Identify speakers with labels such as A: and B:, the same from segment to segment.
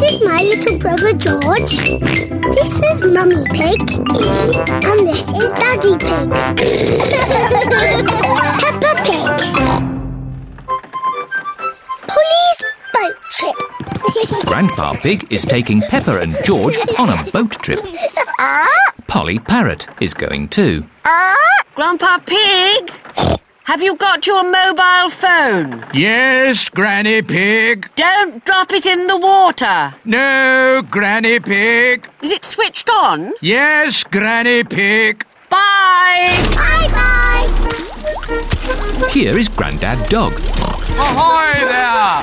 A: little brother George. This is Mummy Pig. And this is Daddy Pig. Peppa Pig. Polly's boat trip.
B: Grandpa Pig is taking Pepper and George on a boat trip.
A: Ah,
B: Polly Parrot is going too.
C: Grandpa Pig, have you got your mobile phone?
D: Yes, Granny Pig.
C: Don't drop it in the water.
D: No, Granny Pig.
C: Is it switched on?
D: Yes, Granny Pig.
C: Bye!
A: Bye bye.
B: Here is Grandad Dog.
D: Ahoy there!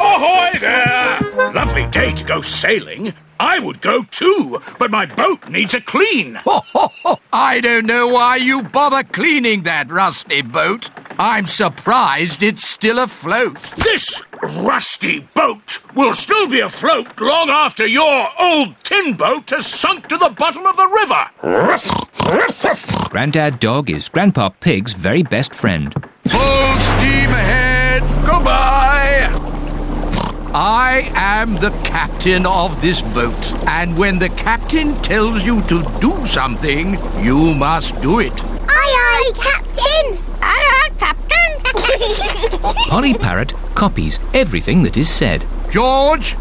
E: Ahoy there! Lovely day to go sailing. I would go too, but my boat needs a clean.
D: I don't know why you bother cleaning that rusty boat. I'm surprised it's still afloat.
E: This rusty boat will still be afloat long after your old tin boat has sunk to the bottom of the river.
B: Grandad Dog is Grandpa Pig's very best friend.
D: Full steam ahead.
E: Goodbye!
D: I am the captain of this boat, and when the captain tells you to do something, you must do it.
A: Aye aye, Captain. Aye aye, Captain.
B: Polly Parrot copies everything that is said.
D: George,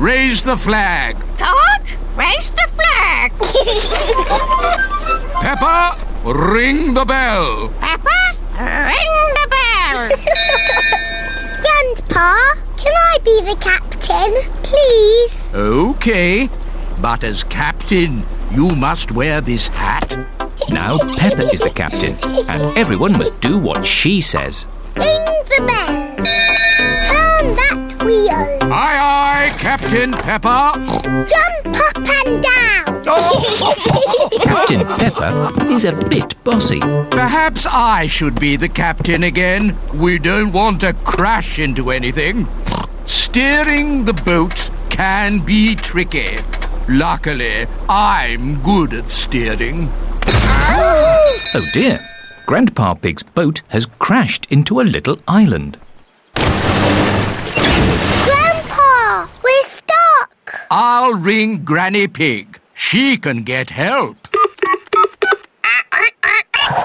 D: raise the flag.
A: George, raise the flag.
D: Pepper, ring the bell.
A: Peppa, ring the bell. Grandpa, can I be the captain, please?
D: Okay, but as captain, you must wear this hat.
B: Now Pepper is the captain, and everyone must do what she says.
A: Ring the bell. Turn that wheel.
D: Aye, aye, Captain Pepper.
A: Jump up and down.
B: Captain Pepper is a bit bossy. Oh
D: Perhaps I should be the captain again. We don't want to crash into anything. Steering the boat can be tricky. Luckily, I'm good at steering.
B: Oh dear, Grandpa Pig's boat has crashed into a little island.
A: Grandpa, we're stuck.
D: I'll ring Granny Pig. She can get help.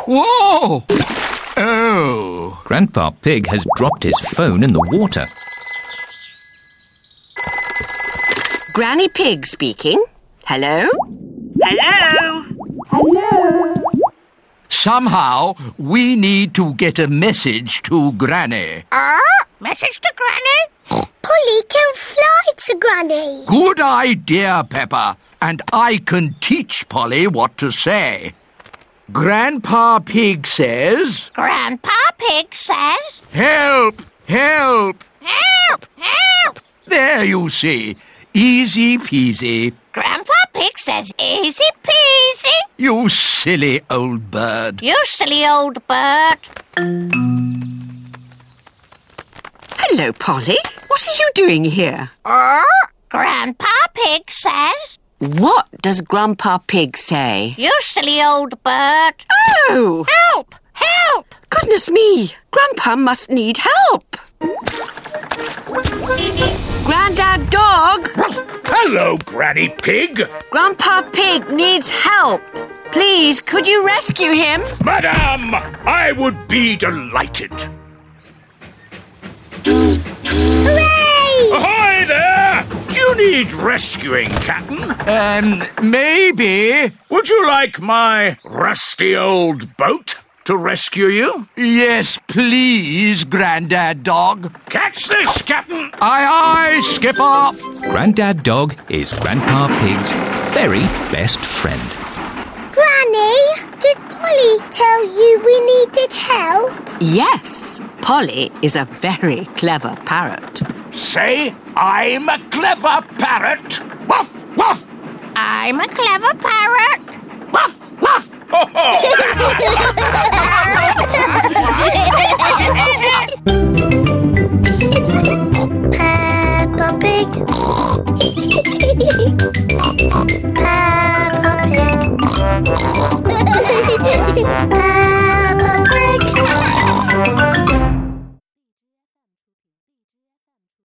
D: Whoa! Oh.
B: Grandpa Pig has dropped his phone in the water.
C: Granny Pig speaking. Hello?
D: Somehow, we need to get a message to Granny.
A: Uh, Polly can fly to Granny.
D: Good idea, Pepper. And I can teach Polly what to say. Grandpa Pig says,
A: Grandpa Pig says.
D: Help! Help!
A: Help! Help!
D: There you see. Easy peasy.
A: Grandpa Pig says easy peasy.
D: You silly old bird.
A: You silly old bird.
C: Hello, Polly. What are you doing here?
A: Grandpa Pig says
C: What does Grandpa Pig say?
A: you silly old bird.
C: Oh!
A: Help! Help!
C: Goodness me! Grandpa must need help! Grandad Dog!
E: Hello, Granny Pig!
C: Grandpa Pig needs help! Please, could you rescue him?
E: Madam, I would be delighted.
A: Hooray!
E: Ahoy there! Do you need rescuing, Captain?
D: Um, maybe.
E: Would you like my rusty old boat to rescue you?
D: Yes, please, Grandad Dog.
E: Catch this, Captain!
D: Aye, aye, Skipper.
B: Grandad Dog is Grandpa Pig's very best friend.
A: Granny, did Polly tell you we needed help?
C: Yes, Polly is a very clever parrot.
E: Say, I'm a clever parrot. Woof, woof,
A: I'm a clever parrot.
E: woof, woof. Ho, ho.